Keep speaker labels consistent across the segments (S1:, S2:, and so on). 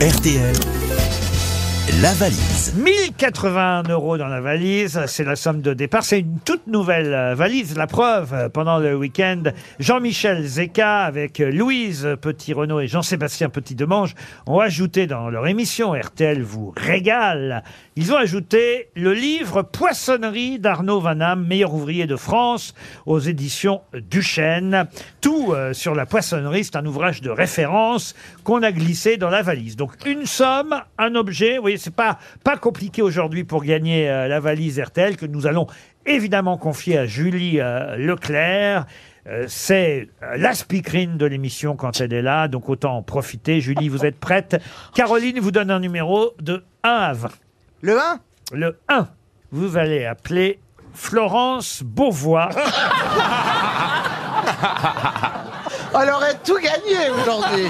S1: RTL, la valise.
S2: 1081 euros dans la valise, c'est la somme de départ. C'est une toute nouvelle euh, valise. La preuve, euh, pendant le week-end, Jean-Michel Zeka avec euh, Louise Petit-Renaud et Jean-Sébastien Petit-Demange ont ajouté dans leur émission RTL vous régale. Ils ont ajouté le livre Poissonnerie d'Arnaud Vanham, meilleur ouvrier de France, aux éditions Duchesne. Tout euh, sur la poissonnerie, c'est un ouvrage de référence qu'on a glissé dans la valise. Donc une somme, un objet. Vous voyez, c'est pas pas compliqué aujourd'hui pour gagner euh, la valise RTL que nous allons évidemment confier à Julie euh, Leclerc. Euh, C'est euh, la speakerine de l'émission quand elle est là, donc autant en profiter. Julie, vous êtes prête Caroline vous donne un numéro de 1 à 20.
S3: Le 1
S2: Le 1, vous allez appeler Florence Beauvois.
S3: Elle aurait tout gagné aujourd'hui.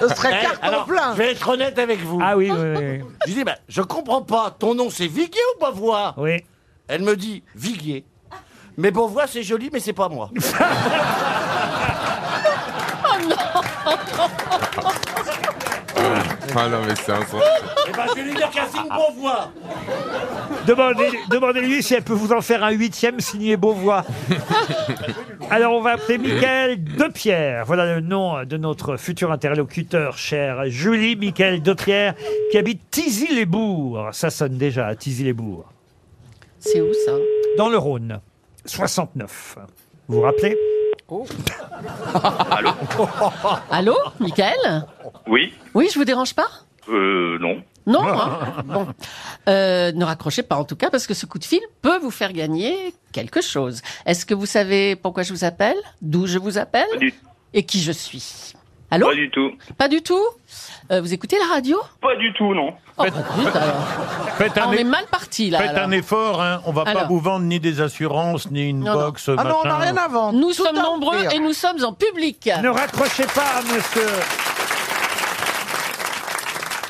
S3: Ce serait
S4: Eh,
S3: carton
S4: alors,
S3: plein.
S4: je vais être honnête avec vous.
S2: Ah oui, oui, oui.
S4: Je dis, bah, je comprends pas. Ton nom, c'est Viguier ou Beauvoir
S2: oui.
S4: Elle me dit, Viguier. Mais Beauvoir, c'est joli, mais c'est pas moi.
S5: Ah non, mais c'est insensé.
S4: Eh ben, je vais lui dire qu'un signe Beauvoir.
S2: Demandez- Demandez-lui si elle peut vous en faire un huitième signé Beauvois. Alors on va appeler Michael Depierre. Voilà le nom de notre futur interlocuteur, cher Julie Michael Depierre, qui habite Tizy-les-Bourgs. Ça sonne déjà à Tizy-les-Bourgs.
S6: C'est où ça
S2: Dans le Rhône, 69. Vous vous rappelez
S6: Allô, Michael
S7: Oui,
S6: Oui, je vous dérange pas
S7: euh, non.
S6: Non hein Bon. Euh, ne raccrochez pas en tout cas parce que ce coup de fil peut vous faire gagner quelque chose. Est-ce que vous savez pourquoi je vous appelle D'où je vous appelle
S7: Pas du,
S6: Et qui je suis Allô
S7: pas du tout.
S6: Pas du tout Euh, Vous écoutez la radio
S7: Pas du tout, non.
S6: Oh, zut, alors.
S8: Faites
S6: Ah,
S8: un,
S6: On est
S8: é-
S6: mal parti là.
S8: faites
S6: alors.
S8: un effort, hein. on va pas
S6: Alors.
S8: vous vendre ni des assurances, ni une
S6: Non, non.
S8: box.
S3: Ah non, on n'a
S8: machin.
S3: rien à vendre.
S6: Nous
S3: Tout
S6: sommes
S3: à
S6: nombreux
S3: offrir.
S6: et nous sommes en public.
S2: Ne raccrochez pas, monsieur.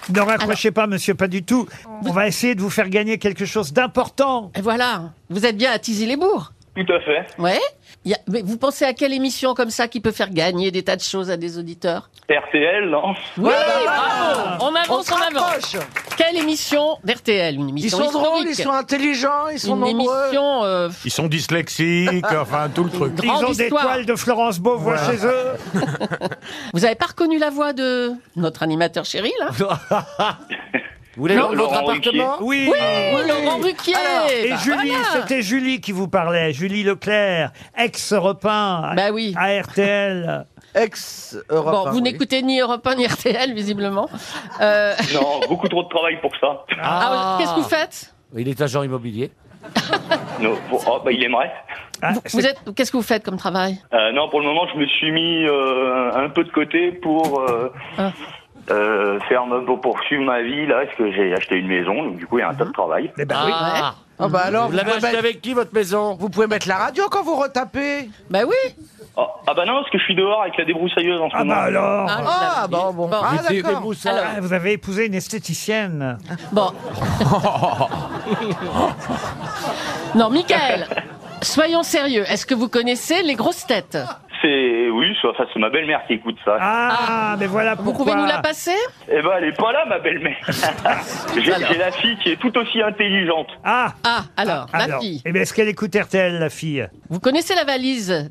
S2: Ne raccrochez pas, monsieur, pas du tout. On va essayer de vous faire gagner quelque chose d'important.
S6: Et voilà, vous êtes bien à Tizy-les-Bourgs.
S7: Tout à fait.
S6: Ouais. Il y a- Mais vous pensez à quelle émission comme ça qui peut faire gagner des tas de choses à des auditeurs
S7: RTL, non.
S6: Oui, bravo On
S3: On
S6: avance,
S3: se
S6: on, avance.
S3: rapproche.
S6: Quelle émission d'RTL Une
S3: Ils
S6: émission
S3: sont
S6: historique.
S3: drôles, ils sont intelligents, ils sont
S6: Une
S3: nombreux.
S6: émission. euh,
S8: Ils sont dyslexiques, enfin tout le truc.
S6: Une
S2: Ils ont
S6: grande
S2: des
S6: histoire.
S2: toiles de Florence Beauvois chez eux.
S6: Vous avez pas reconnu la voix de notre animateur chéri là
S4: Vous voulez vendre votre
S7: Laurent Ruquier.
S4: appartement
S2: Oui.
S6: Oui, Laurent Ruquier.
S3: Alors,
S2: Et
S6: Bah,
S2: Julie,
S6: voilà.
S2: c'était Julie qui vous parlait. Julie Leclerc, ex-repin
S6: Bah oui.
S2: à RTL.
S3: Ex-Europe.
S6: Bon,
S3: hein,
S6: vous
S3: oui.
S6: n'écoutez ni Europe 1 ni RTL visiblement. Euh,
S7: Non, beaucoup trop de travail pour ça.
S6: ah, Qu'est-ce que vous faites
S4: Il est agent immobilier.
S7: Non, pour- oh, bah, il aimerait.
S2: Ah,
S6: Vous-
S2: c'est-
S6: vous êtes Qu'est-ce que vous faites comme travail
S7: Euh, non, pour le moment, je me suis mis euh, un peu de côté pour euh,
S6: Ah.
S7: euh, faire ma- pour poursuivre ma vie là, parce que j'ai acheté une maison, donc du coup, il y a un tas de travail.
S2: Eh ben oui.
S6: Ah,
S3: Ah bah alors,
S4: Vous
S3: vous
S4: l'avez
S3: pouvez,
S4: acheté
S3: mettre,
S4: avec qui, votre maison
S3: vous pouvez mettre la radio quand vous retapez.
S6: Bah oui.
S7: Oh, ah bah non, parce que je suis dehors avec la débroussailleuse en ce
S2: Ah
S7: moment.
S2: bah alors.
S6: Ah,
S3: Ah,
S6: vous l'avez
S3: bon,
S6: dit.
S3: bon.
S6: Bon.
S3: Ah, d'accord.
S2: Ah, vous avez épousé une esthéticienne.
S6: Bon. non, Michael, soyons sérieux. Est-ce que vous connaissez les grosses têtes
S7: C'est oui, ça, ça, c'est ma belle-mère qui écoute ça.
S2: Ah, mais voilà
S6: Vous
S2: pourquoi.
S6: pouvez nous la passer
S7: Eh ben, elle est pas là, ma belle-mère. j'ai
S6: Alors.
S7: j'ai la fille qui est tout aussi intelligente.
S2: Ah.
S6: Ah, alors, la
S2: alors.
S6: fille.
S2: Eh bien, est-ce qu'elle écoute RTL, la fille
S6: Vous connaissez la valise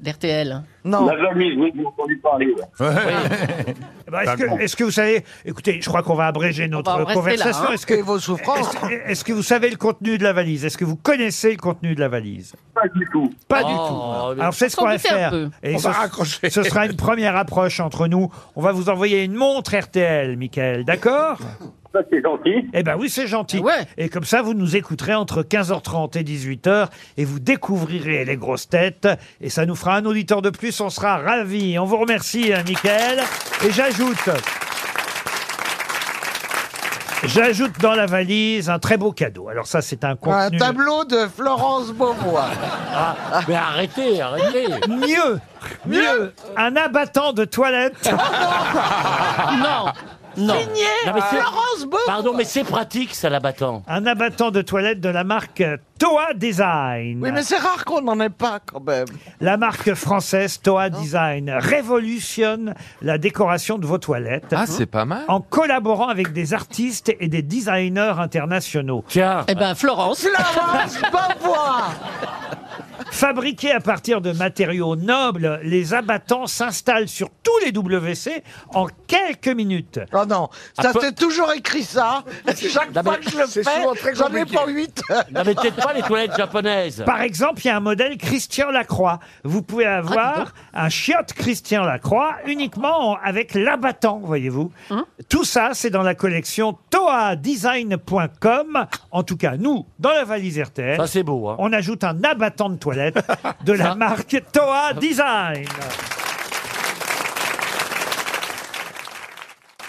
S2: Oh.
S6: d'RTL
S3: Non.
S7: La valise, oui, j'ai entendu parler. ouais.
S2: Eh ben, Est-ce
S8: Pas
S2: que,
S8: grand.
S2: est-ce que vous savez Écoutez, je crois qu'on va abréger notre
S6: va en rester là,
S2: conversation.
S6: hein.
S2: Est-ce que,
S3: Et vos souffrances.
S2: est-ce- est-ce que vous savez le contenu de la valise Est-ce que vous connaissez le contenu de la valise
S7: Pas du tout.
S2: Pas
S4: Oh,
S2: du tout.
S4: mais-
S2: Alors, c'est ce qu'on va
S6: S'embêter un
S2: faire.
S6: peu.
S2: Et ce, ce sera une première approche entre nous. On va vous envoyer une montre RTL, Michael, d'accord
S7: Ça, c'est gentil.
S2: Eh ben oui, c'est gentil.
S6: Ah ouais.
S2: Et comme ça, vous nous écouterez entre 15h30 et 18h et vous découvrirez les grosses têtes. Et ça nous fera un auditeur de plus. On sera ravis. On vous remercie, hein, Michael. Et j'ajoute. J'ajoute dans la valise un très beau cadeau. Alors ça, c'est un
S3: Un
S2: contenu
S3: tableau de Florence Beauvois.
S4: Mais arrêtez, arrêtez.
S2: mieux, mieux, un abattant de toilette.
S6: Non
S5: Non. Non, mais c'est-
S3: Florence Beauvois.
S5: Pardon, mais c'est pratique, ça, l'abattant.
S2: Un abattant de toilette de la marque Toa Design.
S3: Oui, mais c'est rare qu'on n'en ait pas quand même.
S2: La marque française Toa
S3: Oh.
S2: Design révolutionne la décoration de vos toilettes
S9: Ah, c'est pas mal.
S2: en collaborant avec des artistes et des designers internationaux.
S5: Tiens.
S6: Eh ben, Florence.
S3: Florence Beauvois.
S2: Fabriqués à partir de matériaux nobles, les abattants s'installent sur tous les WC en quelques minutes.
S3: Oh non, ça
S5: peu-
S3: c'est toujours écrit ça. Chaque
S5: Non,
S3: fois
S5: mais
S3: que je le
S5: c'est
S3: fais,
S5: souvent très
S3: j'en ai
S5: compliqué.
S3: pour 8 heures.
S5: Non, mais peut-être pas les toilettes japonaises.
S2: Par exemple, il y a un modèle Christian Lacroix. Vous pouvez avoir un chiotte Christian Lacroix uniquement en- avec l'abattant, voyez-vous. Tout ça, c'est dans la collection toadesign.com. En tout cas, nous, dans la valise RTL,
S5: Ça, c'est beau, hein.
S2: on ajoute un abattant de toilette de la marque Toa Design.